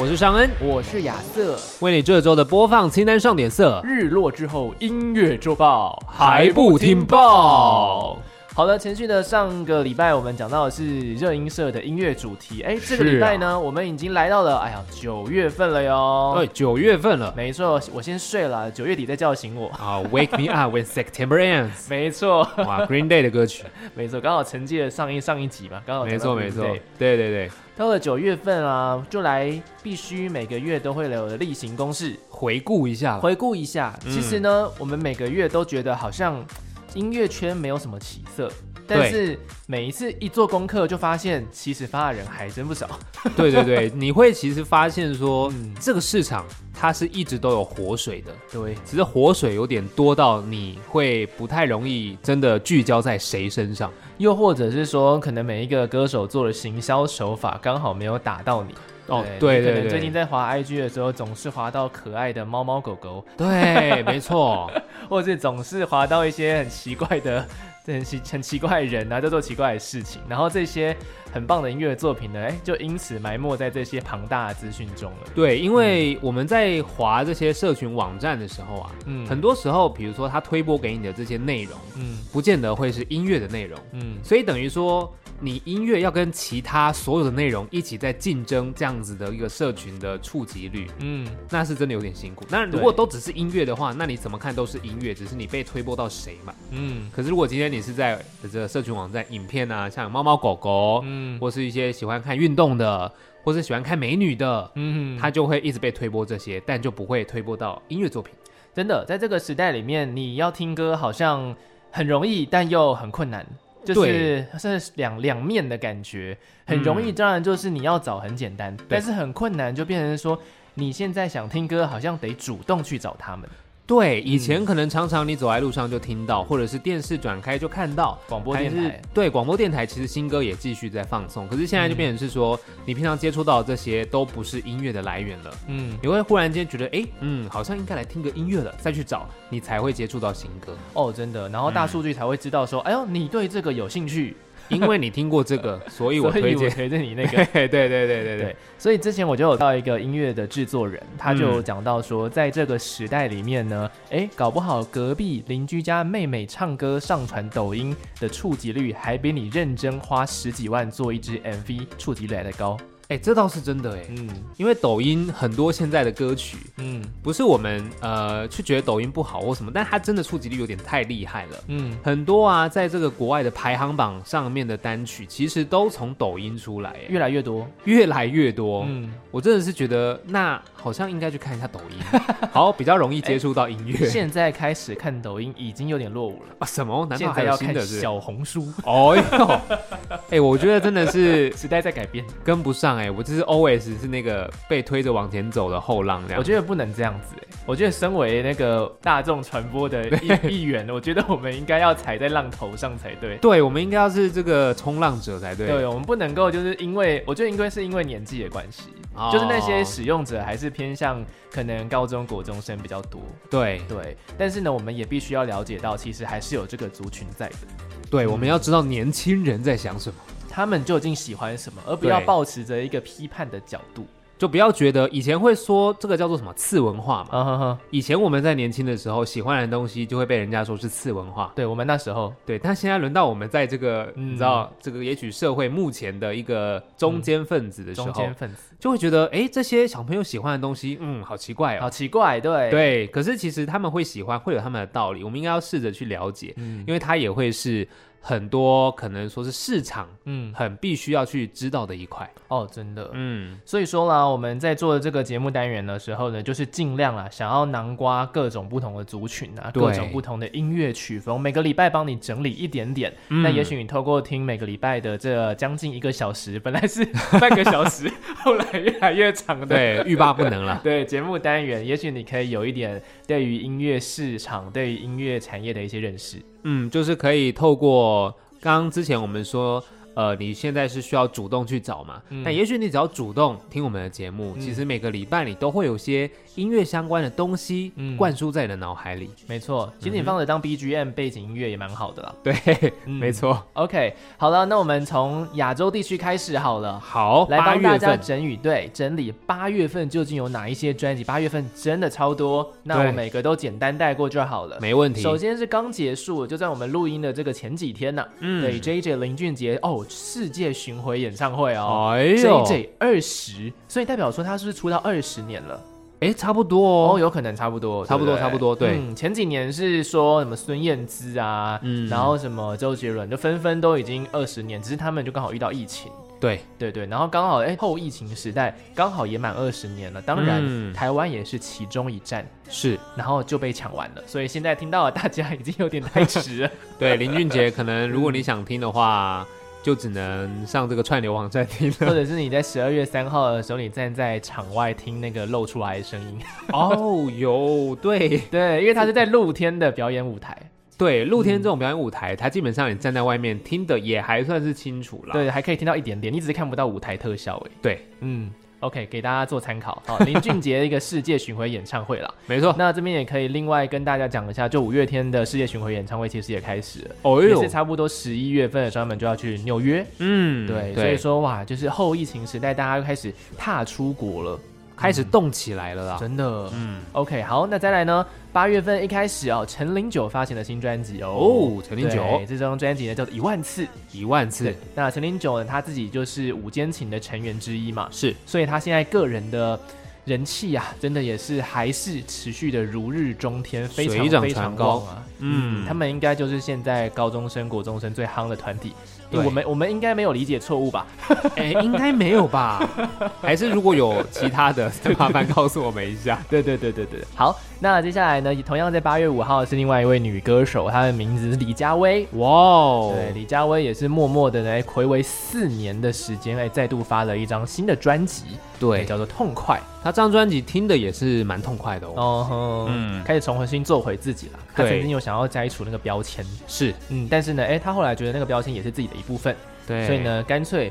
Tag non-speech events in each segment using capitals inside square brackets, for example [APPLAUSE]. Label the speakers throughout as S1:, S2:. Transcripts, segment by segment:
S1: 我是尚恩，
S2: 我是亚瑟。
S1: 为你这周的播放清单上点色。
S2: 日落之后，音乐周报
S1: 还不听报？
S2: 好的，前续呢，上个礼拜我们讲到的是热音社的音乐主题。哎，这个
S1: 是啊
S2: 礼拜呢，我们已经来到了，哎呀，九月份了哟。
S1: 对，，哎九月份了
S2: 没错，我先睡了，九月底再叫醒我。
S1: 啊，Wake Me Up When September Ends。
S2: 没错，
S1: 哇，Green Day 的歌曲，
S2: 没错，刚好承接了上一上一集嘛，刚好讲
S1: 没
S2: 到
S1: 错没错
S2: Green Day，
S1: 哦对对对，
S2: 到了九月份啊，就来必须每个月都会有的例行公事，
S1: 回顾一下吧，
S2: 回顾一下。
S1: 嗯
S2: 其实呢，我们每个月都觉得好像音乐圈没有什么起色，但
S1: 对
S2: 是每一次一做功课，就发现其实发的人还真不少。
S1: 对对对，你会其实发现说
S2: 嗯，
S1: 这个市场它是一直都有活水的，
S2: 对，
S1: 只是活水有点多到你会不太容易真的聚焦在谁身上。
S2: 又或者是说，可能每一个歌手做的行销手法刚好没有打到你。
S1: 哦，对
S2: 你可
S1: 对
S2: 能
S1: 对，
S2: 最近在滑 IG 的时候，总是滑到可爱的猫猫狗狗，
S1: 对，没错，
S2: 或者是总是滑到一些很奇怪的、很奇很奇怪的人啊，在做奇怪的事情。然后这些很棒的音乐作品呢，哎，就因此埋没在这些庞大的资讯中了。
S1: 对，因为我们在划这些社群网站的时候啊，
S2: 嗯
S1: 很多时候，比如说他推播给你的这些内容，
S2: 嗯
S1: 不见得会是音乐的内容，
S2: 嗯，
S1: 所以等于说。你音乐要跟其他所有的内容一起在竞争，这样子的一个社群的触及率，
S2: 嗯，
S1: 那是真的有点辛苦。那如
S2: 对
S1: 果都只是音乐的话，那你怎么看都是音乐，只是你被推播到谁嘛。
S2: 嗯，
S1: 可是如果今天你是在这个社群网站影片啊，像猫猫狗狗，
S2: 嗯，
S1: 或是一些喜欢看运动的，或是喜欢看美女的，
S2: 嗯，
S1: 它
S2: 他
S1: 就会一直被推播这些，但就不会推播到音乐作品。
S2: 真的在这个时代里面，你要听歌好像很容易，但又很困难。就是是两两面的感觉，很容
S1: 嗯
S2: 易，当然就是你要找很简单，但是很困难，就变成说你现在想听歌，好像得主动去找他们。
S1: 对，以前可能常常你走在路上就听到，或者是电视转开就看到。
S2: 广播
S1: 还
S2: 电
S1: 是
S2: 台，
S1: 对广播电台，其实新歌也继续在放送，可是现在就变成是说，你平常接触到的这些都不是音乐的来源了。
S2: 嗯，
S1: 你会忽然间觉得，哎，嗯，好像应该来听个音乐了，再去找，你才会接触到新 [LAUGHS] 歌，
S2: 哦，真的，
S1: 嗯
S2: 然后大数据才会知道说，哎呦，你对这个有兴趣，
S1: 因为你听过这个，所以
S2: 所
S1: 我
S2: 以
S1: 推
S2: 我
S1: 荐。
S2: 推荐你那
S1: [LAUGHS]
S2: 个。
S1: 对对对对对对
S2: 对，所以之前我就有到一个音乐的制作人，他就
S1: 嗯
S2: 有讲到说，在这个时代里面呢，哎、搞不好隔壁邻居家妹妹唱歌上传抖音的触及率，还比你认真花十几万做一支 MV 触及率来的高。
S1: 哎，这倒是真的哎，
S2: 嗯
S1: 因为抖音很多现在的歌曲，
S2: 嗯
S1: 不是我们呃去觉得抖音不好或什么，但它真的触及率有点太厉害了。
S2: 嗯，
S1: 很多啊，在这个国外的排行榜上面的单曲，其实都从抖音出来，哎
S2: 越来越多。
S1: 越来越多。
S2: 嗯，
S1: 我真的是觉得，那好像应该去看一下抖音，好比较容易接触到音 [LAUGHS] 乐。
S2: 现在开始看抖音已经有点落伍了，
S1: 啊什么？难道
S2: 现
S1: 还
S2: 在
S1: 有
S2: 要
S1: 新
S2: 看
S1: 的是？
S2: 小红书， [LAUGHS]
S1: 哦哟，哎，我觉得真的是
S2: 时代在改变。
S1: 跟不上哎、我就是 always 是那个被推着往前走的后浪这样。
S2: 我觉得不能这样子、欸，我觉得身为那个大众传播的
S1: [LAUGHS]
S2: 一一员，我觉得我们应该要踩在浪头上才对。
S1: 对，我们应该要是这个冲浪者才对。
S2: 对，我们不能够就是因为，我觉得应该是因为年纪的关系，
S1: 哦
S2: 就是那些使用者还是偏向可能高中国中生比较多。
S1: 对
S2: 对，但是呢，我们也必须要了解到，其实还是有这个族群在的，
S1: 对，我们要知道年轻人在想什么，
S2: 他们究竟喜欢什么，而不要
S1: 对
S2: 抱持着一个批判的角度。
S1: 就不要觉得以前会说这个叫做什么次文化嘛。
S2: 啊哈哈，
S1: 以前我们在年轻的时候喜欢的东西就会被人家说是次文化。
S2: 对我们那时候，
S1: 对，但现在轮到我们在这个，
S2: 嗯
S1: 你知道，这个也许社会目前的一个中间分子的时
S2: 中
S1: 候，
S2: 间分子，
S1: 就会觉得，哎，这些小朋友喜欢的东西，嗯，好奇怪哦
S2: 好。奇怪，对，
S1: 对，可是其实他们会喜欢，会有他们的道理，我们应该要试着去了解，
S2: 嗯
S1: 因为它也会是很多可能说是市场
S2: 嗯，
S1: 很必须要去知道的一块。
S2: 哦，真的。
S1: 嗯，
S2: 所以说啦，我们在做这个节目单元的时候呢，就是尽量啦，想要囊括各种不同的族群啊，
S1: 对
S2: 各种不同的音乐曲风，每个礼拜帮你整理一点点。
S1: 嗯
S2: 那也许你透过听每个礼拜的这将近一个小时，本来是 [LAUGHS] 半个小时，后来越来越长的。
S1: [LAUGHS] 对，欲罢不能了。
S2: 对节目单元，也许你可以有一点对于音乐市场、对于音乐产业的一些认识。
S1: [LAUGHS] 嗯，就是可以透过刚刚之前我们说，呃，你现在是需要主动去找嘛，
S2: 嗯
S1: 但也许你只要主动听我们的节目，
S2: 嗯
S1: 其实每个礼拜你都会有些音乐相关的东西
S2: 嗯
S1: 灌输在你的脑海里。
S2: 没错，其实你
S1: 嗯哼
S2: 放着当 BGM 背景音乐也蛮好的啦。
S1: 对，
S2: 嗯
S1: 没错。
S2: OK，好了，那我们从亚洲地区开始好了。
S1: 嗯好，
S2: 来
S1: 哦八
S2: 帮
S1: 月
S2: 大家
S1: 份，
S2: 整理对整理八月份究竟有哪一些专辑？八月份真的超多，那
S1: 对
S2: 我每个都简单带过就好了。
S1: 没问题。
S2: 首先是刚结束，就在我们录音的这个前几天呢、
S1: 嗯
S2: 对 J J 林俊杰哦世界巡回演唱会哦、
S1: 哎
S2: j
S1: 呦，
S2: J 二十，所以代表说他是不是出道二十年了？
S1: 哎，差不多哦。
S2: 哦，有可能差不多，
S1: 差不多
S2: 对对
S1: 差不多对
S2: 嗯，前几年是说什么孙燕姿啊，
S1: 嗯
S2: 然后什么周杰伦，就纷纷都已经二十年，只是他们就刚好遇到疫情。
S1: 对，
S2: 对对，然后刚好哎，后疫情时代刚好也满二十年了，当然、
S1: 嗯
S2: 台湾也是其中一站，
S1: 是，
S2: 然后就被抢完了，所以现在听到了大家已经有点太迟
S1: [LAUGHS]
S2: 了。
S1: 对，林俊杰，可能如果你想听的话，就只能上这个串流网站听
S2: 或
S1: 了。
S2: 者是你在十二月三号的时候，你站在场外听那个露出来的声音， [LAUGHS]
S1: 哦，有，对
S2: 对，因为它是在露天的表演舞台，
S1: 对，露天这种表演舞台，它基本上你站在外面听的也还算是清楚 [LAUGHS] 啦。
S2: 对，还可以听到一点点，你只是看不到舞台特效而已。
S1: 对，
S2: 嗯，OK，给大家做参考。
S1: [LAUGHS]
S2: 好，林俊杰的一个世界巡回演唱会啦，
S1: 没错。
S2: 那这边也可以另外跟大家讲一下，就五月天的世界巡回演唱会其实也开始了。
S1: 哦
S2: 也是差不多十一月份的时候，他们就要去纽约。
S1: 嗯，
S2: 对，所以
S1: 对，
S2: 说哇，就是后疫情时代，大家又开始踏出国了，
S1: 开始动起来了啦。
S2: 真的。
S1: 嗯，
S2: OK，好，那再来呢？八月份一开始哦，陈零九发行的新专辑哦。
S1: 哦，陈零九
S2: 对这张专辑呢叫做《一万次》。
S1: 一万次
S2: 对，那陈零九呢，他自己就是五间琴的成员之一嘛，
S1: 是
S2: 所以他现在个人的人气啊，真的也是还是持续的如日中天，非常
S1: 水涨
S2: 非常
S1: 船高
S2: 旺啊。
S1: 嗯
S2: 嗯，他们应该就是现在高中生、国中生最夯的团体。
S1: 对
S2: 我们我们应该没有理解错误吧？
S1: 哎，应该没有
S2: [LAUGHS]
S1: 吧？还是如果有其他的，麻烦告诉我们一下。
S2: 对对对对对。好，那接下来呢，同样在八月五号是另外一位女歌手，她的名字是李佳薇。
S1: 哇哦，
S2: 对，李佳薇也是默默的来回违四年的时间，哎，再度发了一张新的专辑，哎
S1: 对，
S2: 叫做《痛快》。
S1: 他这张专辑听的也是蛮痛快的哦。
S2: 哦吼，
S1: 嗯
S2: 嗯，开始重新做回自己了。他
S1: 对
S2: 曾经有想要摘除那个标签，
S1: 是，
S2: 嗯，但是呢，哎，他后来觉得那个标签也是自己的一部分，
S1: 对
S2: 所以，呢，干脆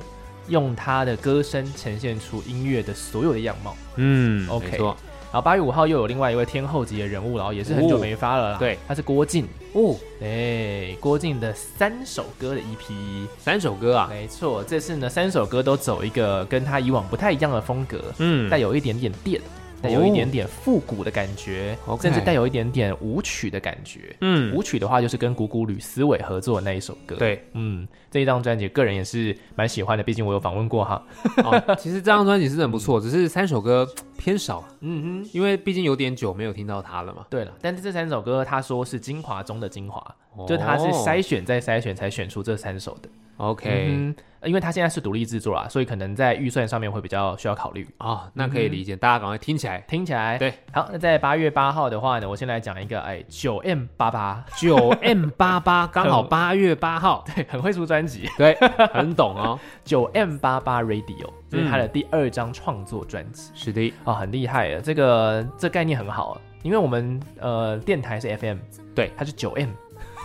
S2: 用他的歌声呈现出音乐的所有的样貌。
S1: 嗯
S2: OK
S1: 没错，
S2: 然后八月五号又有另外一位天后级的人物了，也是很久没发了啦。
S1: 哦对，
S2: 他是郭靖。
S1: 哦，
S2: 哎，郭靖的三首歌的 EP，
S1: 三首歌啊，
S2: 没错，这次呢三首歌都走一个跟他以往不太一样的风格，
S1: 嗯哦
S2: 带有一点点电，带有一点点复古的感觉，
S1: OK
S2: 甚至带有一点点舞曲的感觉。
S1: 嗯，
S2: 舞曲的话，就是跟谷谷吕思伟合作的那一首歌。，
S1: 对，
S2: 嗯，这一张专辑个人也是蛮喜欢的，毕竟我有访问过哈。
S1: 哦，其实这张专辑是很不错，只是三首歌偏少，啊
S2: 嗯哼，
S1: 因为毕竟有点久没有听到他了嘛。
S2: 对了，但是这三首歌他说是精华中的精华，
S1: 哦
S2: 就他是筛选再筛选才选出这三首的。
S1: OK
S2: 嗯哼，因为他现在是独立制作啦，所以可能在预算上面会比较需要考虑。
S1: 哦，那可以理解，大家赶快听起来。
S2: 听起来
S1: 对，
S2: 好。那在八月八号的话呢，我先来讲一个，哎，九 M 八八，
S1: 九 M 八八刚好八月八号，
S2: [LAUGHS] 对，很会出专辑。
S1: 对，很懂哦。
S2: 九 M 八八 Radio，这是他
S1: 嗯
S2: 的第二张创作专辑。
S1: [LAUGHS] 是的，
S2: 啊、很厉害了，这个这概念很好啊，因为我们呃电台是 FM，
S1: 对
S2: 它是九 M，，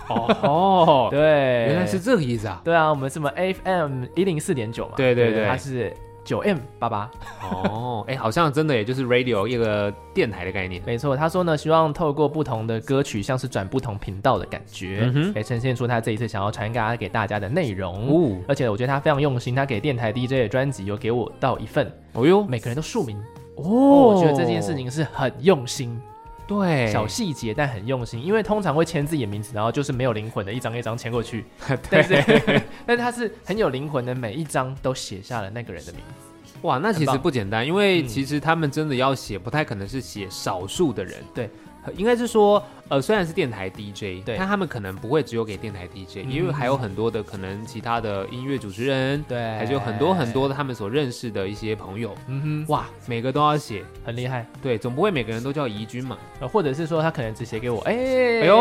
S1: 哦
S2: 对，
S1: 原来是，这个意思啊。
S2: 对啊，我们什么 FM 一零四点九嘛，
S1: 对对对
S2: 它是九 M 八八，
S1: 哦，哎，好像真的也就是 radio 一个电台的概念。
S2: 没错，他说呢，希望透过不同的歌曲，像是转不同频道的感觉
S1: 嗯，哼
S2: 来、呈现出他这一次想要传达给大家的内容。
S1: 哦，
S2: 而且我觉得他非常用心，他给电台 DJ 的呃专辑有给我到一份，
S1: 哦哟，
S2: 每个人都署名。
S1: 哦，哎
S2: 哦，我觉得这件事情是很用心，
S1: 对 [LAUGHS]
S2: 小细节但很用心，因为通常会签自己的名字，然后就是没有灵魂的一张一张签过
S1: [LAUGHS]
S2: 去。但是， [LAUGHS] 但是他是很有灵魂的，每一张都写下了那个人的名字。
S1: 哇，那其
S2: 很
S1: 实
S2: 棒
S1: 不简单，因为
S2: 嗯
S1: 其实他们真的要写，不太可能是写少数的人，
S2: 对，
S1: 应该是说，呃，虽然是电台 DJ，
S2: 对
S1: 但他们可能不会只有给电台 DJ，、
S2: 嗯
S1: 因为还有很多的可能其他的音乐主持人，
S2: 对
S1: 还是有很多很多的他们所认识的一些朋友，
S2: 嗯
S1: 哇，每个都要写，
S2: 哼，很厉害。
S1: 对，总不会每个人都叫怡君嘛？
S2: 呃，或者是说他可能只写给我，哎、
S1: 哎呦，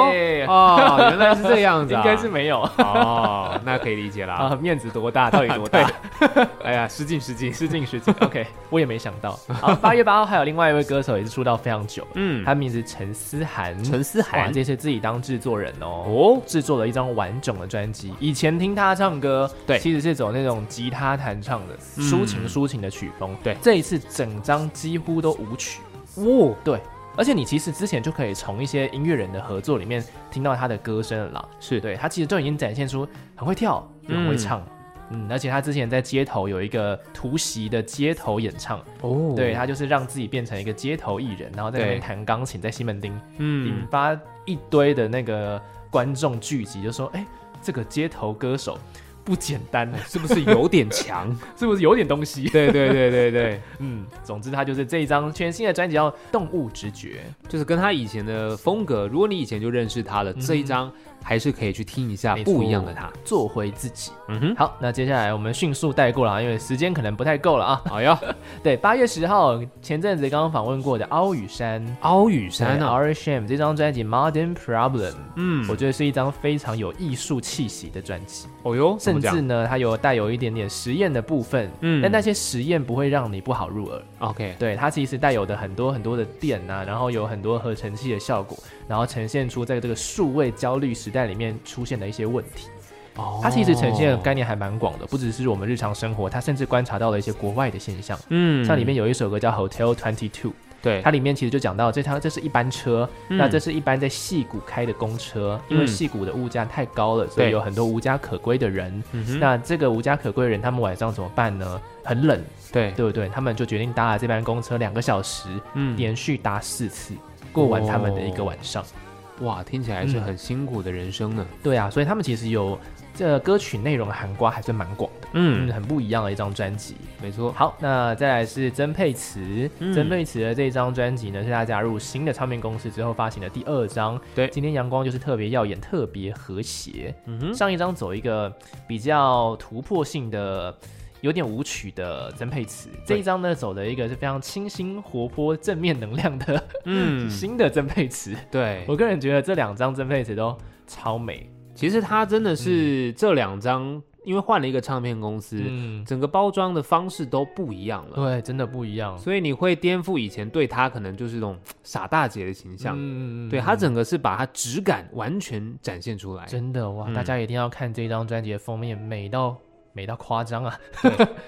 S1: 哦，原来是这样子、啊，
S2: [LAUGHS] 应该是没有
S1: 哦，那可以理
S2: [LAUGHS]
S1: 解啦。
S2: 啊，面子多
S1: [LAUGHS]
S2: 大，到底多大？
S1: 哎呀，失敬失敬，
S2: 失敬失
S1: [LAUGHS]
S2: 敬。OK，我也没想到。好，八月八号还有另外一位歌手也是出道非常久，
S1: 嗯，
S2: 他名字陈思涵。
S1: 陈思
S2: 哇，
S1: 涵
S2: 这次自己当制作人哦，
S1: 哦，
S2: 制作了一张完整的专辑。以前听他唱歌，
S1: 对
S2: 其实是走那种吉他弹唱的
S1: 嗯
S2: 抒情抒情的曲风。
S1: 对
S2: 这一次整张几乎都舞曲。
S1: 哦，
S2: 对，而且你其实之前就可以从一些音乐人的合作里面听到他的歌声了啦。
S1: 是
S2: 对他其实就已经展现出很会跳，又很会唱。嗯，而且他之前在街头有一个突袭的街头演唱，
S1: 哦
S2: 对，他就是让自己变成一个街头艺人，然后在那边
S1: 对
S2: 弹钢琴，在西门町，引
S1: 嗯，
S2: 发一堆的那个观众聚集，就说：“哎、这个街头歌手不简
S1: [LAUGHS]
S2: 单，
S1: 是不是有点强？
S2: 是不是有点东西
S1: 对对对对对，？”
S2: 嗯， [LAUGHS] 总之他就是这一张全新的专辑叫《动物直觉
S1: 就是跟他以前的风格，如果你以前就认识他了，这一张还是可以去听一下
S2: 没错
S1: 不一样的他。》，
S2: 做回自己。
S1: 嗯哼，
S2: 好，那接下来我们迅速带过了啊，因为时间可能不太够了啊。 [LAUGHS]
S1: 哎呀，
S2: 对，八月十号前阵子刚刚访问过的凹雨山，
S1: 凹雨山
S2: 对
S1: 啊，
S2: ，R Sham 这张专辑《Modern Problem》，
S1: 嗯，
S2: 我觉得是一张非常有艺术气息的专辑，
S1: 哦哟，
S2: 哎
S1: 怎
S2: 甚
S1: 么讲
S2: 至呢，它有带有一点点实验的部分，
S1: 嗯
S2: 但那些实验不会让你不好入耳。
S1: OK，
S2: 对，它其实带有的很多很多的电呐、然后有很多合成器的效果，然后呈现出在这个数位焦虑时代里面出现的一些问题。
S1: 哦
S2: 它其实呈现的概念还蛮广的，不只是我们日常生活，它甚至观察到了一些国外的现象。
S1: 嗯
S2: 像里面有一首歌叫《Hotel Twenty Two》，
S1: 对，
S2: 它里面其实就讲到，这趟这是一班车，那这是一般在戏谷开的公车，因为
S1: 嗯
S2: 戏谷的物价太高了，所以
S1: 对
S2: 有很多无家可归的人。
S1: 嗯哼
S2: 那这个无家可归的人，他们晚上怎么办呢？很冷，
S1: 对，
S2: 对不对？他们就决定搭了这班公车两个小时，
S1: 嗯哦
S2: 连续搭四次，过完他们的一个晚上。
S1: 哇，听起来是很辛苦的人生呢。
S2: 对啊，所以他们其实有这歌曲内容的含瓜还是蛮广的，嗯，
S1: 嗯，
S2: 很不一样的一张专辑。
S1: 没错，
S2: 好，那再来是曾沛慈，
S1: 嗯
S2: 曾沛慈的这张专辑呢，是他加入新的唱片公司之后发行的第二张。
S1: 对
S2: 今天阳光就是特别耀眼，特别和谐。
S1: 嗯哼，
S2: 上一张走一个比较突破性的。有点舞曲的曾沛慈，这
S1: 对
S2: 一张呢走的一个是非常清新、活泼、正面能量的、[LAUGHS]
S1: 嗯
S2: 新的曾沛慈。
S1: 对，
S2: 我个人觉得这两张曾沛慈都超美，
S1: 其实他真的是这两张，因为换了一个唱片公司，
S2: 嗯，
S1: 整个包装的方式都不一样了，
S2: 对，真的不一样。
S1: 所以你会颠覆以前对他可能就是那种傻大姐的形象。
S2: 嗯
S1: 对他整个是把他质感完全展现出来，
S2: 真的哇，
S1: 嗯
S2: 大家一定要看这张专辑的封面，美到美到夸张
S1: [LAUGHS]
S2: 啊！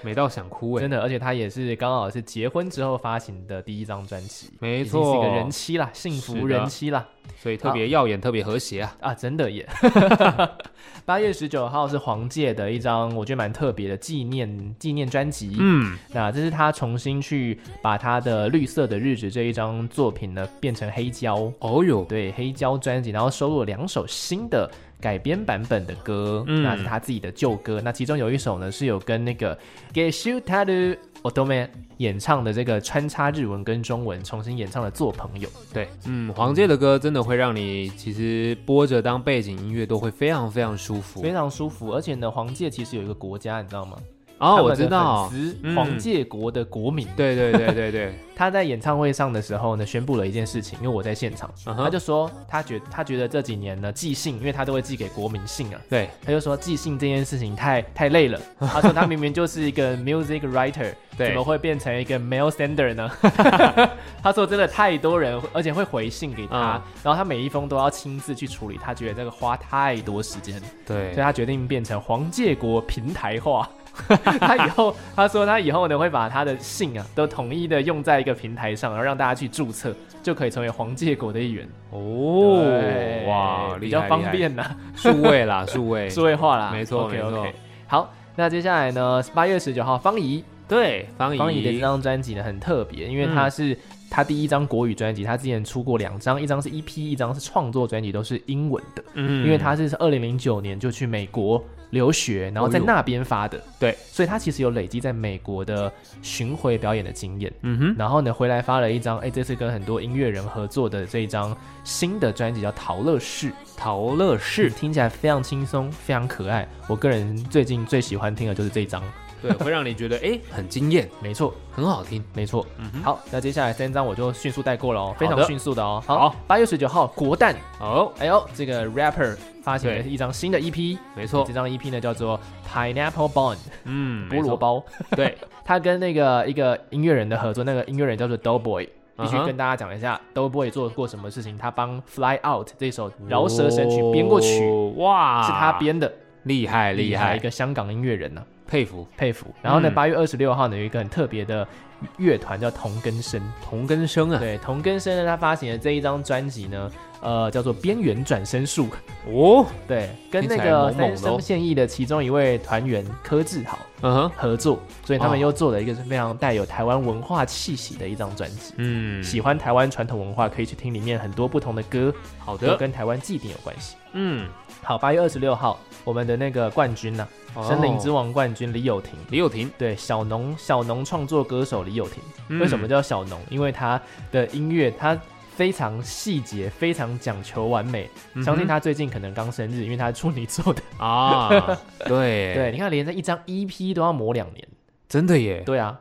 S1: 美到想哭哎
S2: 真！的，而且他也是刚好是结婚之后发行的第一张专辑，
S1: 没
S2: 已经是一个
S1: 错
S2: 人妻啦，幸
S1: 是
S2: 福
S1: 的
S2: 人妻啦
S1: 所以特别耀眼，特别和谐啊！
S2: 啊，真的
S1: [LAUGHS]
S2: 耶！八月十九号是黄玠的一张，我觉得蛮特别的纪念纪念专辑。
S1: 嗯，
S2: 那这是他重新去把他的《绿色的日子》这一张作品呢变成黑胶，
S1: 哦哟，
S2: 对黑胶专辑，然后收录了两首新的改编版本的歌，
S1: 嗯
S2: 那是他自己的旧歌。那其中有一首呢是有跟那个 g e s h u t a r o d o m e 演唱的这个穿插日文跟中文重新演唱的《做朋友》。
S1: 对，嗯，黄玠的歌真的会让你其实播着当背景音乐都会非常非常舒服
S2: 非。常舒服。而且呢，黄玠其实有一个国家，你知道吗？
S1: 哦，我
S2: 他们的
S1: 知道
S2: 粉，丝
S1: 嗯
S2: 黄玠国的国民。
S1: 对对对
S2: [LAUGHS]
S1: 对对，
S2: 他在演唱会上的时候呢，宣布了一件事情，因为我在现场，
S1: 嗯
S2: 他
S1: 哼
S2: 就说他觉他觉得这几年呢寄信，因为他都会寄给国民信啊，
S1: 对，
S2: 他就说寄信这件事情太太累
S1: [LAUGHS]
S2: 了。他说他明明就是一个 music writer，
S1: 对
S2: 怎么会变成一个 mail sender
S1: [LAUGHS]
S2: 呢？他说真的太多人，而且会回信给他，
S1: 嗯
S2: 然后他每一封都要亲自去处理，他觉得这个花太多时间，所以
S1: 对，
S2: 他决定变成黄介国平台
S1: [LAUGHS]
S2: 化。他以后他说他以后呢会把他的信啊都统一的用在一个平台上，然后让大家去注册，就可以成为黄介国的一员。
S1: 哦
S2: 对，
S1: 哇，
S2: 比
S1: 厉
S2: 较
S1: 害
S2: 方，
S1: 厉害
S2: 便呐、
S1: 数位啦，数
S2: [LAUGHS]
S1: 位，
S2: 数位化啦，
S1: 哎没错
S2: OK
S1: 没错
S2: OK，好。那接下来呢？八月十九号，方怡，
S1: 对，方
S2: 方怡的这
S1: 怡，嗯
S2: 张专辑呢很特别，因为它是他第一张国语专辑，他之前出过两张，一张是 EP，一张是创作专辑，都是英文的。
S1: 嗯
S2: 因为他是二零零九年就去美国留学，然后在
S1: 哦哟
S2: 那边发的，
S1: 对，
S2: 所以他其实有累积在美国的巡回表演的经验。
S1: 嗯哼，
S2: 然后呢，回来发了一张，哎，这次跟很多音乐人合作的这一张新的专辑叫《陶乐士》，
S1: 陶乐士，
S2: 听起来非常轻松，非常可爱。我个人最近最喜欢听的就是这一张，
S1: 对，会让你觉得哎、很惊艳，
S2: 没错，
S1: 很好听。
S2: 没错。
S1: 嗯哼，
S2: 好，那接下来三张我就迅速带过了哦，非常
S1: 好的
S2: 迅速的哦。
S1: 好，
S2: 八月十九号，国蛋，
S1: 哦，
S2: 哎呦，这个 rapper 发行了
S1: 对
S2: 一张新的 EP，
S1: 没错
S2: 这，张 EP 呢叫做 Pineapple Bone
S1: 嗯，
S2: 菠萝
S1: 包，
S2: 包，
S1: 对，
S2: 他跟那个一个音乐人的合作，那个音乐人叫做 Doughboy。必须
S1: 嗯哼
S2: 跟大家讲一下、d o u g h b o y 做过什么事情。他帮《Fly Out》这首饶舌神曲编过曲，
S1: 哦，哇，
S2: 是他，编的，
S1: 厉害厉
S2: 一
S1: 害，
S2: 个香港音乐人呢、啊
S1: 佩服。
S2: 佩服。然后呢，
S1: 嗯
S2: 八月二十六号呢，有一个很特别的乐团叫同根生。
S1: 同根生啊，
S2: 对，同根生呢，他发行的这一张专辑呢，呃，叫做《边缘转身术》。
S1: 哦，
S2: 对，跟那
S1: 听起来
S2: 个
S1: 萌萌的
S2: 三
S1: 哦
S2: 生现役的其中一位团员柯志豪
S1: 嗯哼，
S2: 合作，所以他们
S1: 哦
S2: 又做了一个非常带有台湾文化气息的一张专辑。
S1: 嗯，
S2: 喜欢台湾传统文化，可以去听里面很多不同的歌，
S1: 好
S2: 都
S1: 的，
S2: 跟台湾祭典有关系。
S1: 嗯，
S2: 好，八月二十六号，我们的那个冠军呢、
S1: 哦
S2: 森林之
S1: 王
S2: 王冠军李友廷，
S1: 李友廷，
S2: 对，小农小农创作歌手李友廷，
S1: 嗯
S2: 为什么叫小农？因为他的音乐他非常细节，非常讲求完美。
S1: 嗯哼
S2: 相信他最近可能刚生日，因为他是处女座的。
S1: 啊， [LAUGHS] 对
S2: 对，，你看，连这一张 EP 都要磨两年。
S1: 真的耶，
S2: 对啊，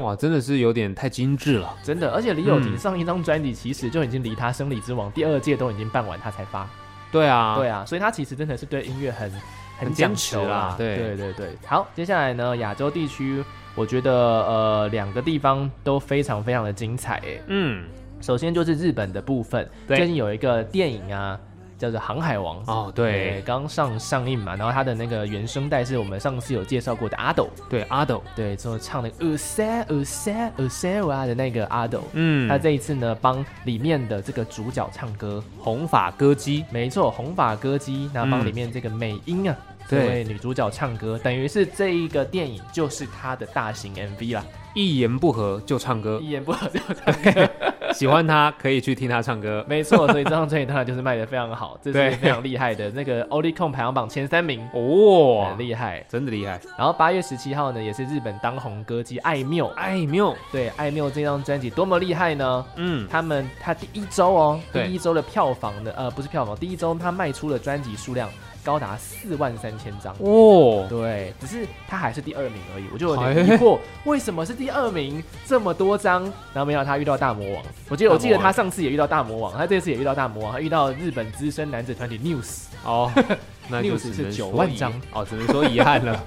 S1: 哇，真的是有点太精致了。
S2: 真的。而且李友廷
S1: 嗯
S2: 上一张专辑其实就已经离他生理之王第二届都已经办完，他才发。
S1: 对啊，
S2: 对啊，所以他其实真的是对音乐很
S1: 很
S2: 讲
S1: 坚持
S2: 求啦
S1: 啦。对
S2: 对对对。好，接下来呢，亚洲地区，我觉得呃两个地方都非常非常的精彩诶。
S1: 嗯，
S2: 首先就是日本的部分，
S1: 对
S2: 最近有一个电影啊，叫做《航海王》。
S1: 哦，对
S2: 刚上上映嘛，然后它的那个原声带是我们上次有介绍过的阿斗，
S1: 对，阿斗，
S2: 对，就是唱那个呃塞呃塞呃塞哇的那个阿斗，
S1: 嗯，
S2: 他这一次呢帮里面的这个主角唱歌，
S1: 红发歌姬，
S2: 没错，红发歌姬，那帮里面这个美英啊，
S1: 嗯对
S2: 这位女主角唱歌，等于是这一个电影就是她的大型 MV 啦，
S1: 一言不合就
S2: [LAUGHS]
S1: 唱歌，
S2: 一言不合就唱。
S1: 喜欢他可以去听他唱歌。
S2: 没错，所以这张专辑当然就是卖的非常好，这是
S1: [LAUGHS] 对
S2: 非常厉害的。那个 o l i c o n 排行榜前三名，
S1: 哦
S2: 很，厉害。
S1: 真的厉害。
S2: 然后八月十七号呢，也是日本当红歌姬艾缪，
S1: 艾缪，
S2: 对，艾缪这张专辑多么厉害呢？
S1: 嗯，
S2: 他们他第一周哦，第
S1: 对
S2: 一周的票房的呃不是票房，第一周他卖出的专辑数量高达四万三千张。
S1: 哦，
S2: 对，只是他还是第二名而已，我就有点疑惑，为什么是第二名这么多张？然后没想到他遇到大魔王，我记得我记得
S1: 大魔
S2: 他
S1: 王
S2: 上次也遇到大魔王，他这次也遇到大魔王，他遇到日本资深男子团体 News，
S1: [LAUGHS]
S2: [LAUGHS]
S1: 哦，那就
S2: News
S1: 只
S2: 是
S1: 能
S2: 9
S1: 说
S2: 万
S1: 遗
S2: 张，
S1: 哦，只能说遗憾了。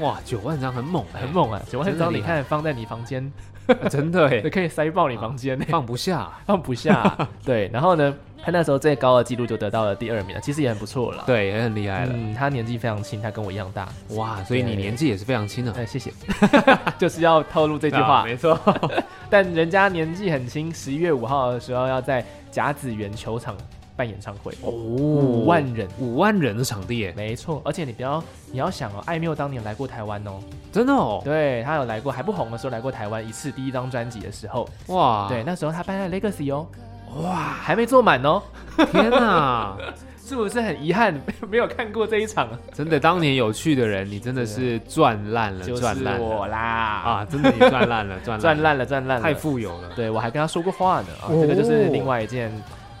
S1: 哇，九万张很猛 [LAUGHS]
S2: [LAUGHS]
S1: 哎，
S2: 很猛啊！九万张你
S1: 真的厉害
S2: 看放在你房间，
S1: 啊，真的哎，
S2: 可以塞爆你房间呢、
S1: [LAUGHS] 放不下。
S2: 放不下啊、对，然后呢，他那时候最高的记录就得到了第二名了，其实也很不错了。，
S1: 对，也很厉害了。
S2: 嗯，他年纪非常轻，他跟我一样大。
S1: 哇，所以你
S2: 对
S1: 年纪也是非常轻啊。
S2: 哎，谢
S1: [LAUGHS]
S2: 谢，就是要透露这句话。
S1: 啊没错。
S2: 但人家年纪很轻，十一月五号的时候要在甲子园球场办演唱会，
S1: 哦，
S2: 五
S1: [LAUGHS] 五
S2: 万人。
S1: 五万人的场地耶，
S2: 没错，而且你不要，你要想哦，艾缪当年来过台湾哦，
S1: 真的哦，
S2: 对他有来过，还不红的时候来过台湾一次，第一张专辑的时候，
S1: 哇，
S2: 对，，那时候他搬在 Legacy 哦，
S1: 哇，
S2: 还没坐满哦，
S1: 天哪， [LAUGHS]
S2: 是不是很遗憾 [LAUGHS] 没有看过这一场？
S1: 真的，当年有去的人，你真的是赚烂了，
S2: 就是
S1: 赚烂
S2: 我
S1: 了
S2: 啦，
S1: 啊，真的你赚烂 [LAUGHS] 了，赚
S2: 赚
S1: 烂
S2: 烂了，赚烂
S1: 了，
S2: 了，
S1: 太富有了，
S2: 对我还跟他说过话呢啊，
S1: 哦
S2: 这个就是另外一件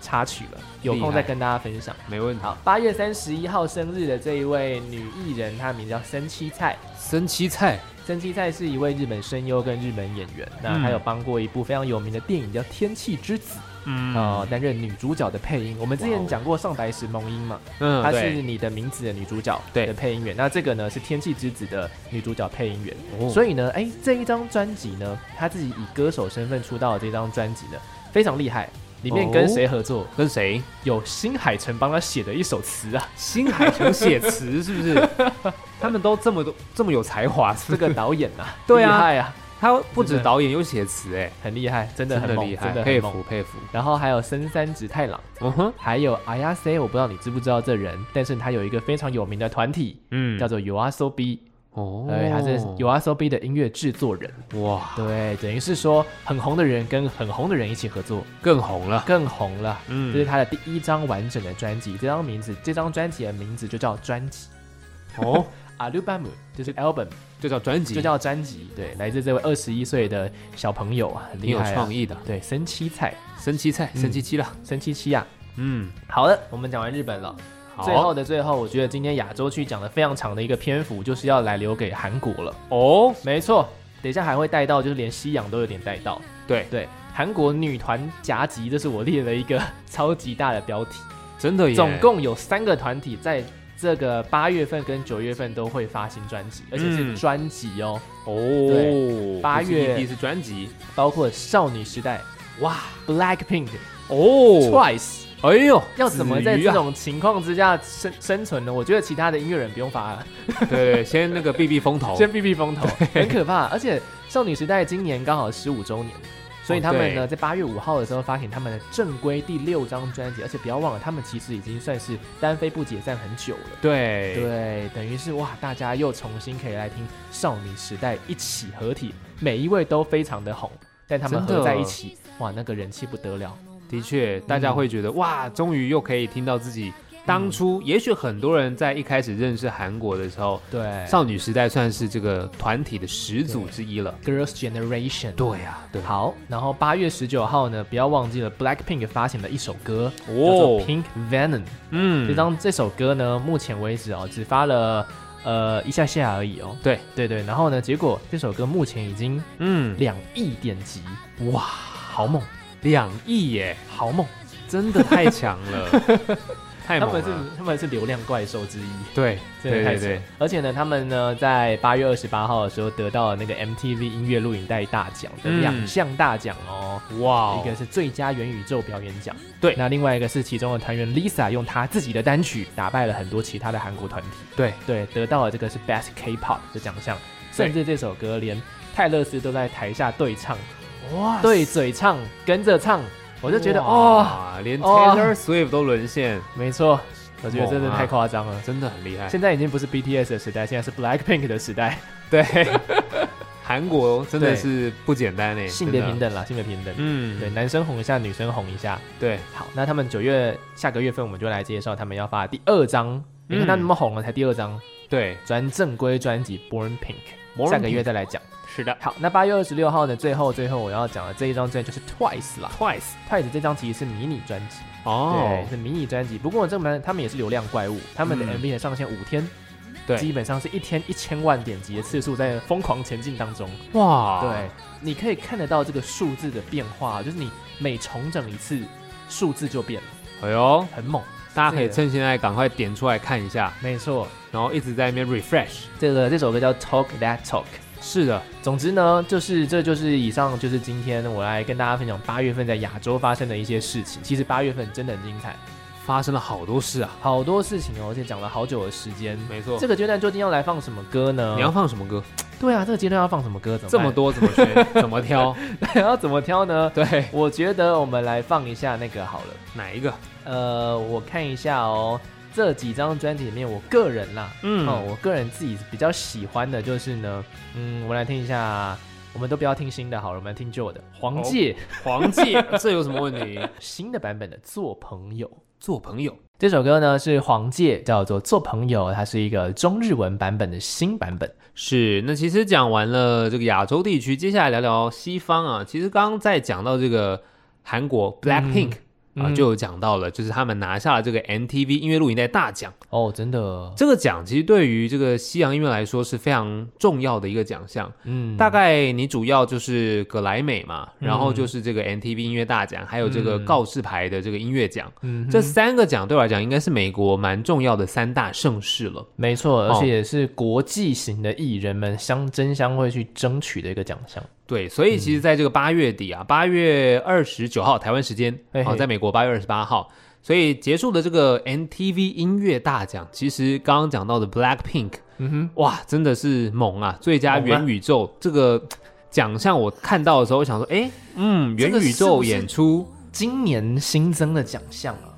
S2: 插曲了，有空再跟大家分享。
S1: 没问题。
S2: 好，八月三十一号生日的这一位女艺人，她名叫森七菜。
S1: 生七菜，
S2: 森七菜是一位日本声优跟日本演员，那她有帮过一部非常有名的电影叫《天气之子》
S1: 嗯
S2: 啊、担任女主角的配音。我们之
S1: 哇
S2: 前
S1: 哦
S2: 讲过上白石萌音嘛，
S1: 嗯，
S2: 她是
S1: 对，
S2: 你的名字的女主角
S1: 对
S2: 的配音员。那这个呢是《天气之子》的女主角配音员。
S1: 以
S2: 所以呢，哎、这一张专辑呢，他自己以歌手身份出道的这张专辑呢，非常厉害。里面
S1: 哦
S2: 跟谁合作？
S1: 跟谁？
S2: 有新海诚帮他写的一首词啊，
S1: 新海诚写词是不是？ [LAUGHS] 他们都这么多这么有才华，是
S2: 这
S1: 不是
S2: 个导演啊，
S1: [LAUGHS] 对啊
S2: 厉害啊，
S1: 他不
S2: 真
S1: 止
S2: 的
S1: 导演有写词，哎，
S2: 很厉害，真的
S1: 真
S2: 很
S1: 的
S2: 猛，
S1: 厉害
S2: 真的，很
S1: 佩
S2: 猛
S1: 服佩服。
S2: 然后还有森三直太郎，
S1: 嗯哼，
S2: 还有 Ayase，我不知道你知不知道这人，但是他有一个非常有名的团体
S1: 嗯
S2: 叫做 YOASOBI，
S1: 哦，
S2: 对，他哎是 YOASOBI 的音乐制作人，
S1: 哇，
S2: 对，等于是说很红的人跟很红的人一起合作，
S1: 更红了，
S2: 更红了。这是
S1: 嗯，
S2: 他的第一张完整的专辑，这张名字，这张专辑的名字就叫专辑 [LAUGHS]
S1: 哦，
S2: ，album 就是 album，
S1: 就叫专辑，
S2: 就叫专辑。对，来自这位二十一岁的小朋友啊，很
S1: 挺
S2: 厉
S1: 有
S2: 害、
S1: 创
S2: 啊。
S1: 意的，
S2: 对，生七菜，
S1: 生七菜，
S2: 嗯
S1: 生七七了，
S2: 生七七啊。
S1: 嗯，
S2: 好了，我们讲完日本了。最
S1: 好
S2: 后的最后，我觉得今天亚洲区讲的非常长的一个篇幅，就是要来留给韩国了。
S1: 哦，
S2: 没错，等一下还会带到，就是连西洋都有点带到。
S1: 对，
S2: 对，韩国女团夹击，这是我列了一个超级大的标题，
S1: 真的耶，
S2: 总共有三个团体在这个八月份跟九月份都会发行专辑，而且是
S1: 嗯
S2: 专辑哦，
S1: 哦，
S2: 八月
S1: 第一是专辑，
S2: 包括少女时代、
S1: 哇，
S2: Blackpink、
S1: 哦，
S2: Twice，
S1: 哎呦，
S2: 要怎么在
S1: 子瑜
S2: 这
S1: 啊
S2: 种情况之下生生存呢？我觉得其他的音乐人不用发了，
S1: 对 [LAUGHS] 对，对先那个避避风头，
S2: 先避避风
S1: [LAUGHS]
S2: 头，很可怕。而且少女时代今年刚好十五周年，所以他们呢、
S1: 哦
S2: 在八月五号的时候发行他们的正规第六张专辑，而且不要忘了，他们其实已经算是单飞不解散很久了。
S1: 对
S2: 对，等于是哇，大家又重新可以来听少女时代一起合体，每一位都非常的红，但他们
S1: 真的
S2: 合在一起，哇，那个人气不得了。
S1: 的确，大家会
S2: 嗯
S1: 觉得、哇，终于又可以听到自己当初，也许很多人在一开始认识韩国的时候，
S2: 对
S1: 少女时代算是这个团体的始祖之一了。
S2: Girls Generation。
S1: 对啊呀、对，哦
S2: 好，然后八月十九号呢，不要忘记了 Blackpink 发行的一首歌，叫做
S1: 哦，
S2: Pink Venom。
S1: 嗯
S2: 这张这首歌呢，目前为止哦，只发了呃一下下而已哦。
S1: 对
S2: 对对，然后呢，结果这首歌目前已经
S1: 嗯
S2: 两亿点击，哇，好猛，
S1: 两亿耶，
S2: 好猛！
S1: 真的太强
S2: [LAUGHS]
S1: 了，太
S2: 他
S1: 猛
S2: 们是
S1: 了。
S2: 他们是流量怪兽之一，
S1: 对
S2: 真的
S1: 对
S2: 太
S1: 对
S2: 扯
S1: 对，。
S2: 而且呢，他们呢在八月二十八号的时候得到了那个 MTV 音乐录影带大奖的
S1: 嗯
S2: 两项大奖哦。
S1: 哇哦
S2: 一个是最佳元宇宙表演奖，
S1: 对
S2: 那另外一个是其中的团员 Lisa 用她自己的单曲打败了很多其他的韩国团体，
S1: 对
S2: 对，得到了这个是 Best K-pop 的奖项，
S1: 对
S2: 甚至这首歌连泰勒斯都在台下对唱，
S1: 哇
S2: 对嘴唱，跟着唱，我
S1: 我
S2: 就觉得哦，，
S1: 连
S2: 哦
S1: Taylor Swift 都沦陷，
S2: 没错，我觉得
S1: 啊
S2: 真的太夸张了。
S1: 真的很厉害。
S2: 现在已经不是 BTS 的时代，现在是 Blackpink 的时代，
S1: 对，韩国真的
S2: 对
S1: 是不简单哎，
S2: 性别
S1: 真的
S2: 平等啦，性别平等。
S1: 嗯，
S2: 对，男生红一下，女生红一下。
S1: 对，
S2: 好，那他们九月下个月份我们就来介绍他们要发的第二张。你看他那么红了，才第二张
S1: 对，
S2: 专正规专辑《Born Pink》，
S1: Born
S2: 下个月再来讲。
S1: 是的
S2: 好，那八月二十六号呢？最后最后我要讲的这一张专辑就是 Twice 啦。
S1: ，Twice，
S2: Twice 这张其实是迷你专辑，
S1: 哦
S2: 对，，是迷你专辑。不过这门他们也是流量怪物，他们的
S1: 嗯
S2: MV 也上线五天，
S1: 对
S2: 基本上是一天一千万点击的次数在疯狂前进当中。
S1: 哇，
S2: 对，你可以看得到这个数字的变化，就是你每重整一次，数字就变了，
S1: 哎呦，
S2: 很猛。
S1: 大家可
S2: 是
S1: 以
S2: 的
S1: 趁现在赶快点出来看一下，
S2: 没错，
S1: 然后一直在那边 refresh。
S2: 这个这首歌叫 Talk That Talk。
S1: 是的，
S2: 总之呢，就是这就是以上就是今天我来跟大家分享八月份在亚洲发生的一些事情。其实八月份真的很精彩，
S1: 发生了好多事啊，
S2: 好多事情哦，而且讲了好久的时间。
S1: 没错
S2: 这。个阶段究竟要来放什么歌呢？
S1: 你要放什么歌？
S2: 对啊，这个阶段要放什么歌？怎么
S1: 这么多怎么 [LAUGHS] 选？怎么挑？
S2: 多， [LAUGHS] 要怎么挑呢？
S1: 对，
S2: 我觉得我们来放一下那个好了。
S1: 哪一个？
S2: 呃，我看一下哦，这几张专辑里面，我个人啦，嗯、哦，
S1: 嗯，
S2: 我个人自己比较喜欢的就是呢，嗯，我们来听一下，我们都不要听新的好了，我们来听旧的，黄玠、
S1: 黄玠， [LAUGHS] 这有什么问题？
S2: 新的版本的《做朋友》。
S1: 做朋友，
S2: 这首歌呢是黄玠叫做《做朋友》，它是一个中日文版本的新版本。
S1: 是，那其实讲完了这个亚洲地区，接下来聊聊西方啊。其实刚刚在讲到这个韩国 Blackpink、啊，
S2: 嗯
S1: 就有讲到了，就是他们拿下了这个 MTV 音乐录影带大奖。
S2: 哦，真的，
S1: 这个奖其实对于这个西洋音乐来说是非常重要的一个奖项。
S2: 嗯，
S1: 大概你主要就是格莱美嘛，
S2: 嗯
S1: 然后就是这个 MTV 音乐大奖，还有这个
S2: 嗯
S1: 告示牌的这个音乐奖。
S2: 嗯哼
S1: 这三个奖对我来讲，应该是美国蛮重要的三大盛事了。
S2: 没错，而
S1: 哦
S2: 且也是国际型的艺人们相争相会去争取的一个奖项。
S1: 对，所以其实在这个八月底啊，八月二十九号台湾时间，
S2: 嗯
S1: 哦
S2: 嘿嘿
S1: 好，在美国八月二十八号，所以结束的这个 MTV 音乐大奖，其实刚刚讲到的 Blackpink，
S2: 嗯哼，
S1: 哇，真的是猛啊！最佳
S2: 猛啊
S1: 元宇宙、这个奖项，我看到的时候，我想说，哎，嗯，
S2: 这
S1: 元
S2: 个
S1: 宇
S2: 是不
S1: 宙
S2: 是
S1: 演出
S2: 今年新增的奖项啊，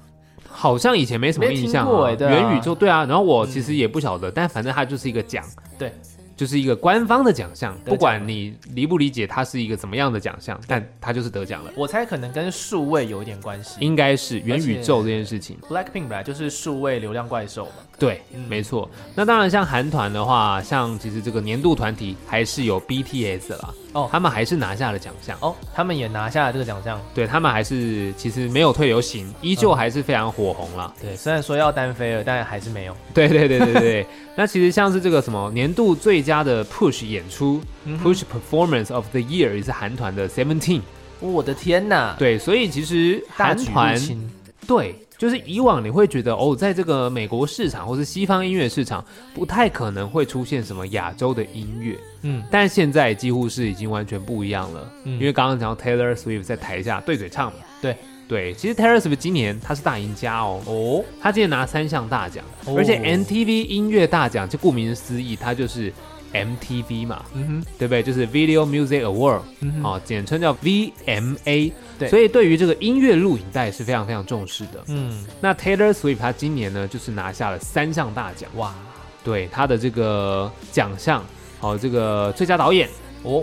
S1: 好像以前没什么印象、
S2: 没听过
S1: 啊
S2: 哎对啊
S1: 元宇宙对啊，然后我其实也不晓得，但反正它就是一个奖。
S2: 对，
S1: 就是一个官方的奖项，
S2: 奖
S1: 不管你理不理解它是一个怎么样的奖项，但它就是得奖了，
S2: 我猜可能跟数位有一点关系。
S1: 应该是元宇宙这件事情。
S2: Blackpink 本来就是数位流量怪兽嘛，
S1: 对，
S2: 嗯
S1: 没错。那当然，像韩团的话，像其实这个年度团体还是有 BTS 啦，
S2: 哦
S1: 他们还是拿下了奖项。
S2: 哦，他们也拿下了这个奖项。
S1: 对他们还是其实没有退流行，依旧还是非常火红啦。
S2: 对，虽然说要单飞了，但还是没有。
S1: [LAUGHS] 对对对对对对。那其实像是这个什么年度最佳的 Push 演出、
S2: 嗯哼
S1: Push Performance of the Year 也是韩团的 Seventeen。
S2: 我的天呐！
S1: 对，所以其实
S2: 啊大
S1: 韩
S2: 举入
S1: 团
S2: 侵
S1: 对，就是以往你会觉得哦，在这个美国市场或是西方音乐市场，不太可能会出现什么亚洲的音乐，
S2: 嗯
S1: 但现在几乎是已经完全不一样了。
S2: 嗯，
S1: 因为刚刚讲到 Taylor Swift 在台下对嘴唱嘛，
S2: 对
S1: 对，其实 Taylor Swift 今年她是大赢家哦，
S2: 哦，
S1: 她今年拿三项大奖，
S2: 哦
S1: 而且 MTV 音乐大奖，就顾名思义，它就是 MTV 嘛，
S2: 嗯哼，
S1: 对不对？就是 Video Music Award，
S2: 嗯哼，
S1: 哦，简称叫 VMA。
S2: 对
S1: 所以对于这个音乐录影带是非常非常重视的。
S2: 嗯，
S1: 那 Taylor Swift 她今年呢，就是拿下了三项大奖，
S2: 哇，
S1: 对她的这个奖项，好、这个最佳导演、
S2: 哦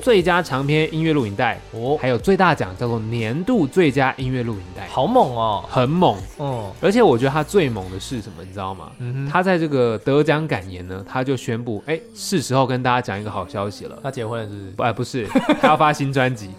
S1: 最佳长篇音乐录影带，
S2: 哦，
S1: 还有最大奖叫做年度最佳音乐录影带，
S2: 好猛哦，
S1: 很猛。
S2: 嗯
S1: 而且我觉得她最猛的是什么，你知道吗？
S2: 嗯哼，
S1: 她在这个得奖感言呢，她就宣布，哎，是时候跟大家讲一个好消息了。
S2: 他结婚了是不是？
S1: 哎，
S2: [LAUGHS]
S1: 不是，她要发新专辑。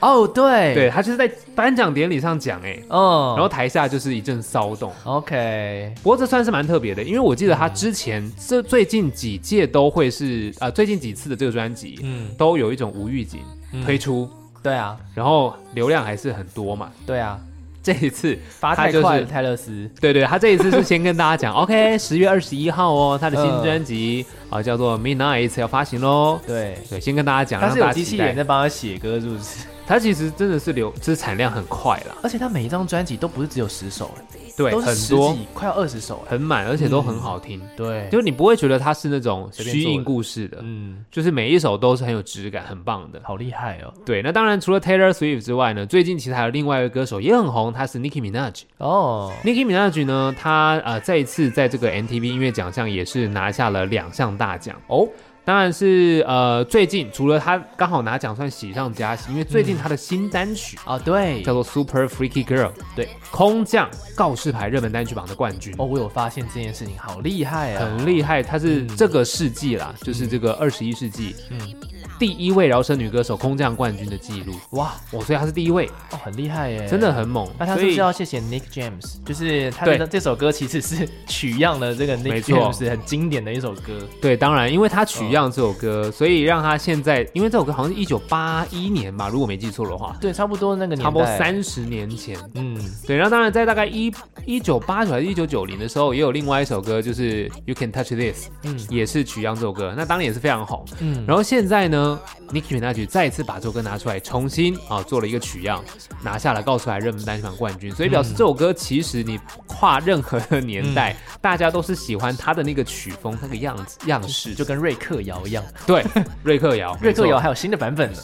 S2: 哦，对
S1: 对，她就是在颁奖典礼上讲，哎，
S2: 嗯，
S1: 然后台下就是一阵骚动。
S2: OK，
S1: 不过这算是蛮特别的，因为我记得
S2: 嗯
S1: 他之前这最近几届都会是呃最近几次的这个专辑
S2: 嗯，
S1: 都有一种无预警
S2: 嗯
S1: 推出，
S2: 对啊，
S1: 然后流量还是很多嘛。 [LAUGHS]
S2: 对啊，
S1: 这一次，
S2: 发
S1: 他
S2: 太
S1: 就是
S2: 快了，泰勒斯，
S1: 对对，他这一次是先跟大家讲 [LAUGHS] ，OK，十月二十一号哦，他的新
S2: 嗯
S1: 专辑啊、叫做《Midnight》要发行喽。
S2: 对，
S1: 对，先跟大家讲，
S2: 他
S1: 让
S2: 是
S1: 大
S2: 有
S1: 家
S2: 机
S1: 期
S2: 器人
S1: 待。
S2: 在帮他写歌是不是？
S1: 他其实真的是流，就是产量很快啦，
S2: [LAUGHS] 而且他每一张专辑都不是只有十首，欸
S1: 对，
S2: 都是
S1: 很
S2: 十
S1: 多
S2: 几，快要二十首了。
S1: 很满，而且都很
S2: 嗯
S1: 好听，
S2: 对，
S1: 就你不会觉得它是那种
S2: 随便
S1: 虚
S2: 做
S1: 应
S2: 的
S1: 故事的，
S2: 嗯，
S1: 就是每一首都是很有质感、很棒的。
S2: 好厉害哦。
S1: 对，那当然除了 Taylor Swift 之外呢，最近其实还有另外一位歌手也很红，他是 Nicki Minaj。
S2: 哦，
S1: Nicki Minaj 呢，她呃再一次在这个 MTV 音乐奖项也是拿下了两项大奖哦。当然是呃最近除了她刚好拿奖算喜上加喜，因为最近她的新单曲、
S2: 啊，对，
S1: 叫做 Super Freaky Girl，
S2: 对，
S1: 空降告示牌热门单曲榜的冠军。
S2: 哦，我有发现这件事情，好厉害啊，
S1: 很厉害，她是
S2: 嗯
S1: 这个世纪啦，就是这个二十一世纪，嗯
S2: 嗯，
S1: 第一位饶舌女歌手空降冠军的记录，
S2: 哇，
S1: 哦，所以她是第一位，
S2: 哦，很厉害耶，
S1: 真的。很猛。
S2: 那他
S1: 所
S2: 是不
S1: 以
S2: 是要谢谢 Nick James？就是他
S1: 对
S2: 的这首歌其实是取样了这个 Nick
S1: 没错
S2: James 很经典的一首歌。
S1: 对，当然，因为她
S2: 嗯
S1: 取样这首歌，所以让她现在，因为这首歌好像是一九八一年吧，如果没记错的话，
S2: 对，差不多那个年代。
S1: 差不多。三十年前。
S2: 嗯，
S1: 对，然后当然在大概一一九八九还是一九九零的时候，也有另外一首歌，就是《You Can Touch This》，嗯
S2: 嗯，
S1: 也是取样这首歌，那当年也是非常红。
S2: 嗯
S1: 然后现在呢，Nicki Minaj 再次把这首歌拿出来，重新啊做了一个取样，拿下了告示牌热门单曲榜冠军，所以表
S2: 嗯
S1: 示这首歌其实你跨任何的年代，
S2: 嗯
S1: 大家都是喜欢它的那个曲风、那个样子样式。
S2: 就跟瑞克摇一样，
S1: 对，瑞克摇，
S2: 瑞克
S1: 没错
S2: 摇。还有新的版本呢。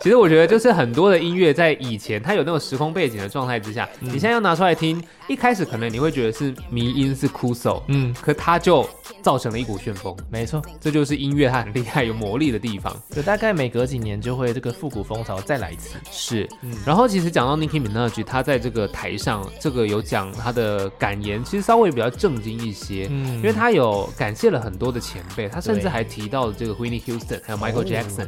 S1: 其实我觉得就是很多的音乐在以前它有那种时空背景的状态之下，
S2: 嗯
S1: 你现在要拿出来听，一开始可能你会觉得是迷音是枯手，
S2: 嗯，
S1: 可它就造成了一股旋风，
S2: 没错，
S1: 这就是音乐它很厉害有魔力的地方。
S2: 就大概每隔几年就会这个复古风潮再来一次。
S1: 是，
S2: 嗯
S1: 然后其实讲到 Nicki Minaj，她在这个台上，这个有讲她的感言，其实稍微比较震惊一些，
S2: 嗯
S1: 因为她有感谢了很多的前辈，她甚至
S2: 对
S1: 还提到了这个 Whitney Houston 还有 Michael
S2: 哦
S1: Jackson，、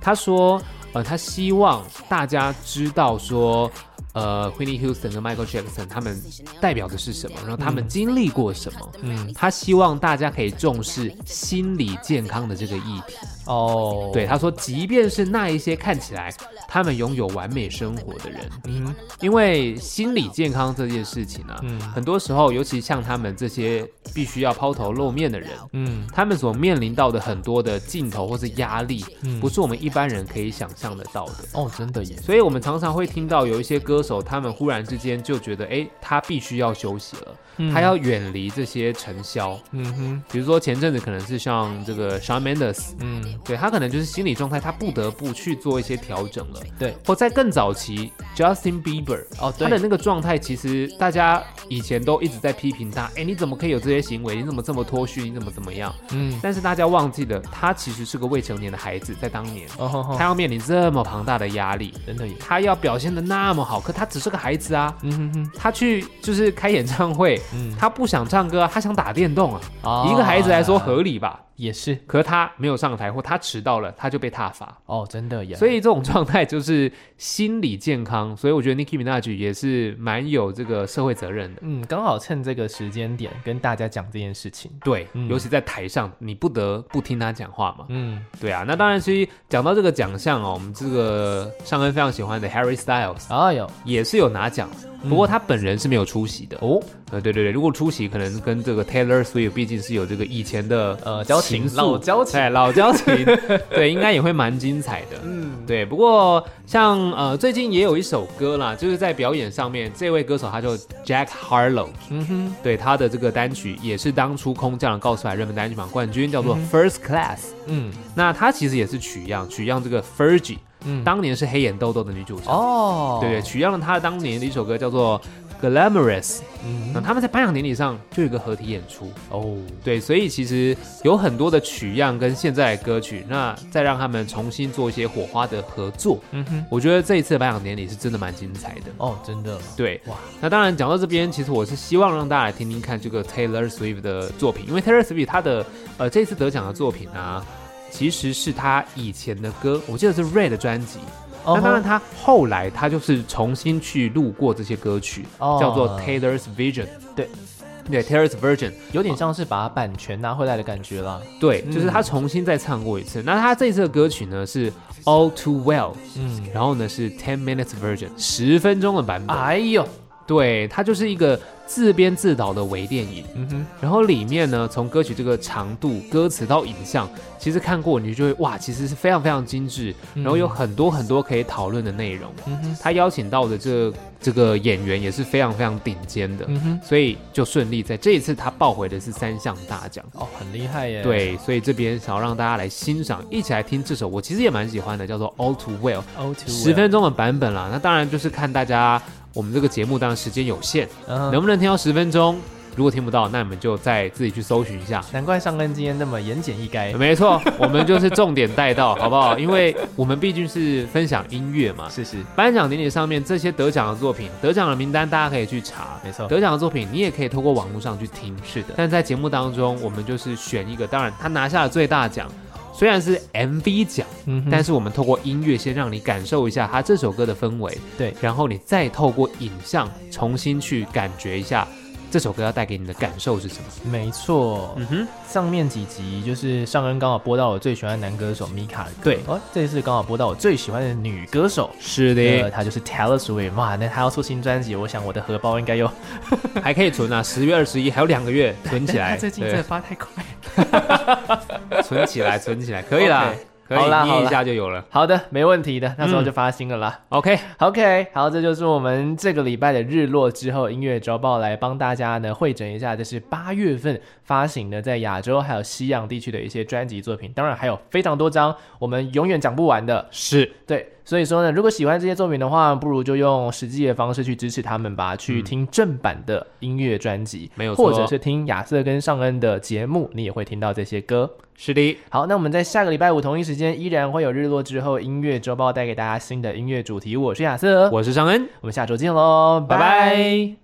S1: 她说，呃，她希望大家知道说。呃，Whitney Houston 跟 Michael Jackson 他们代表的是什么？然后他们经历过什么？
S2: 嗯，
S1: 她希望大家可以重视心理健康的这个议题。
S2: 哦，
S1: 对，，他说，即便是那一些看起来他们拥有完美生活的人，
S2: 嗯
S1: 因为心理健康这件事情啊，
S2: 嗯
S1: 很多时候，尤其像他们这些必须要抛头露面的人，
S2: 嗯
S1: 他们所面临到的很多的镜头或是压力，
S2: 嗯
S1: 不是我们一般人可以想象得到的。
S2: 哦，真的耶，
S1: 所以，我们常常会听到有一些歌手，他们忽然之间就觉得，哎，他必须要休息了，
S2: 嗯
S1: 他要远离这些尘嚣。
S2: 嗯哼，
S1: 比如说前阵子可能是像这个 Shawn Mendes，
S2: 嗯
S1: 对他可能就是心理状态，他不得不去做一些调整了。
S2: 对，
S1: 或在更早期，Justin Bieber
S2: 哦，
S1: 他的
S2: 对，
S1: 那个状态，其实大家以前都一直在批评他，哎，你怎么可以有这些行为？你怎么这么脱序？你怎么怎么样？
S2: 嗯，
S1: 但是大家忘记了，他其实是个未成年的孩子，在当年，
S2: 哦吼吼
S1: 他，要面临这么庞大的压力，
S2: 真的耶，
S1: 他要表现的那么好，可他只是个孩子啊。
S2: 嗯哼哼，
S1: 他去就是开演唱会，
S2: 嗯，
S1: 他不想唱歌啊，他想打电动啊。
S2: 哦
S1: 以一个孩子来说合理吧？
S2: 也是
S1: 可是他没有上台，或他迟到了，他就被踏罚。
S2: 哦，真的耶，
S1: 所
S2: 以
S1: 以这种状态就是心理健康，所以我觉得 Nicki Minaj 也是蛮有这个社会责任的。
S2: 嗯，刚好趁这个时间点跟大家讲这件事情，
S1: 对，
S2: 嗯
S1: 尤其在台上，你不得不听他讲话嘛。
S2: 嗯，
S1: 对啊，那当然，其实讲到这个奖项哦，我们这个尚恩非常喜欢的 Harry Styles
S2: 哎呦，
S1: 也是有拿奖，不过他本人是没有出席的。
S2: 哦，
S1: 呃，对对对，如果出席，可能跟这个 Taylor Swift 毕竟是有这个以前的
S2: 呃交情
S1: 愫
S2: 老交情
S1: 哎，老交
S2: [LAUGHS]
S1: 情，对，应该也会蛮精彩的。
S2: 嗯，
S1: 对，不过像呃最近也有一首歌啦，就是在表演上面，这位歌手他叫 Jack Harlow，
S2: 嗯哼，
S1: 对他的这个单曲也是当初空降的告出来热门单曲榜冠军，叫做 First Class。
S2: 嗯
S1: 那他其实也是取样，取样这个 Fergie，
S2: 嗯，
S1: 当年是黑眼豆豆的女主角，
S2: 哦，
S1: 对对，，取样了她当年的一首歌叫做 Glamorous。
S2: 嗯
S1: 那
S2: 哼
S1: 他们在颁奖典礼上就有一个合体演出，
S2: 哦，
S1: 对，所以其实有很多的取样跟现在的歌曲，那再让他们重新做一些火花的合作，
S2: 嗯哼，
S1: 我觉得这一次的颁奖典礼是真的蛮精彩的。
S2: 哦，真的，
S1: 对，
S2: 哇，
S1: 那当然讲到这边，其实我是希望让大家来听听看这个 Taylor Swift 的作品，因为 Taylor Swift 她的呃这次得奖的作品啊，其实是她以前的歌，我记得是 Red 的专辑。那当然，
S2: 哦
S1: 她后来她就是重新去录过这些歌曲，
S2: 哦
S1: 叫做 Taylor's Vision。
S2: 对，
S1: 对，Taylor's Version。
S2: 吼有点像是把版权拿回来的感觉啦，
S1: 对，
S2: 嗯
S1: 就是她重新再唱过一次。那她这次的歌曲呢是 All Too Well，
S2: 嗯，
S1: 然后呢是 Ten Minutes Version，十分钟的版本。
S2: 哎呦，
S1: 对，它就是一个自编自导的微电影。
S2: 嗯哼，
S1: 然后里面呢，从歌曲这个长度、歌词到影像，其实看过你就会哇，其实是非常非常精致，然后有很多很多可以讨论的内容。
S2: 嗯哼，
S1: 他邀请到的这这个演员也是非常非常顶尖的，
S2: 嗯哼，
S1: 所以就顺利在这一次他抱回的是三项大奖。
S2: 哦，很厉害耶，，
S1: 对，所以这边想要让大家来欣赏，一起来听这首我其实也蛮喜欢的，叫做《All Too Well》。
S2: 哦，too
S1: 十分钟的版本啦。那当然就是看大家，我们这个节目当然时间有限，
S2: well，嗯
S1: 能不能听到十分钟？如果听不到，那你们就再自己去搜寻一下。
S2: 难怪上恩今天那么言简意赅，
S1: 没错，我们就是重点带到，好不好？因为我们毕竟是分享音乐嘛。
S2: 是是，
S1: 颁奖典礼上面这些得奖的作品，得奖的名单大家可以去查。
S2: 没错，
S1: 得奖的作品，你也可以透过网络上去听。
S2: 是的，
S1: 但在节目当中，我们就是选一个，当然他拿下了最大奖，虽然是 MV 奖，
S2: 嗯哼
S1: 但是我们透过音乐先让你感受一下他这首歌的氛围，
S2: 对，
S1: 然后你再透过影像重新去感觉一下这首歌要带给你的感受是什么。
S2: 没错，
S1: 嗯哼，
S2: 上面几集就是上恩刚好播到我最喜欢的男歌手米卡的歌，
S1: 对
S2: 哦，这一次刚好播到我最喜欢的女歌手。
S1: 是
S2: 呃，，她就是 Taylor Swift 哇，那她要出新专辑，我想我的荷包应该又 [LAUGHS]
S1: 还可以存啊，十月二十一还有两个月存起 [LAUGHS]
S2: 她
S1: 来，
S2: 哎最近
S1: 对
S2: 真的发太快。
S1: 存起来，存起来，可以啦
S2: OK，
S1: 可以
S2: 好啦
S1: 捏一下就有了。
S2: 好的，没问题的，那时候就发新了啦。
S1: OK，
S2: OK，好，这就是我们这个礼拜的日落之后音乐周报，来帮大家呢会诊一下，这是八月份发行的在亚洲还有西洋地区的一些专辑作品，当然还有非常多张我们永远讲不完的。
S1: 是
S2: 对，所以说呢，如果喜欢这些作品的话，不如就用实际的方式去支持他们吧，去听正版的音乐专辑，
S1: 没有错
S2: 或者是听亚瑟跟尚恩的节目，你也会听到这些歌。
S1: 是的，
S2: 好，那我们在下个礼拜五同一时间依然会有日落之后音乐周报带给大家新的音乐主题。我是亚瑟，
S1: 我是尚恩。
S2: 我们下周见喽，拜
S1: 拜
S2: 拜
S1: 拜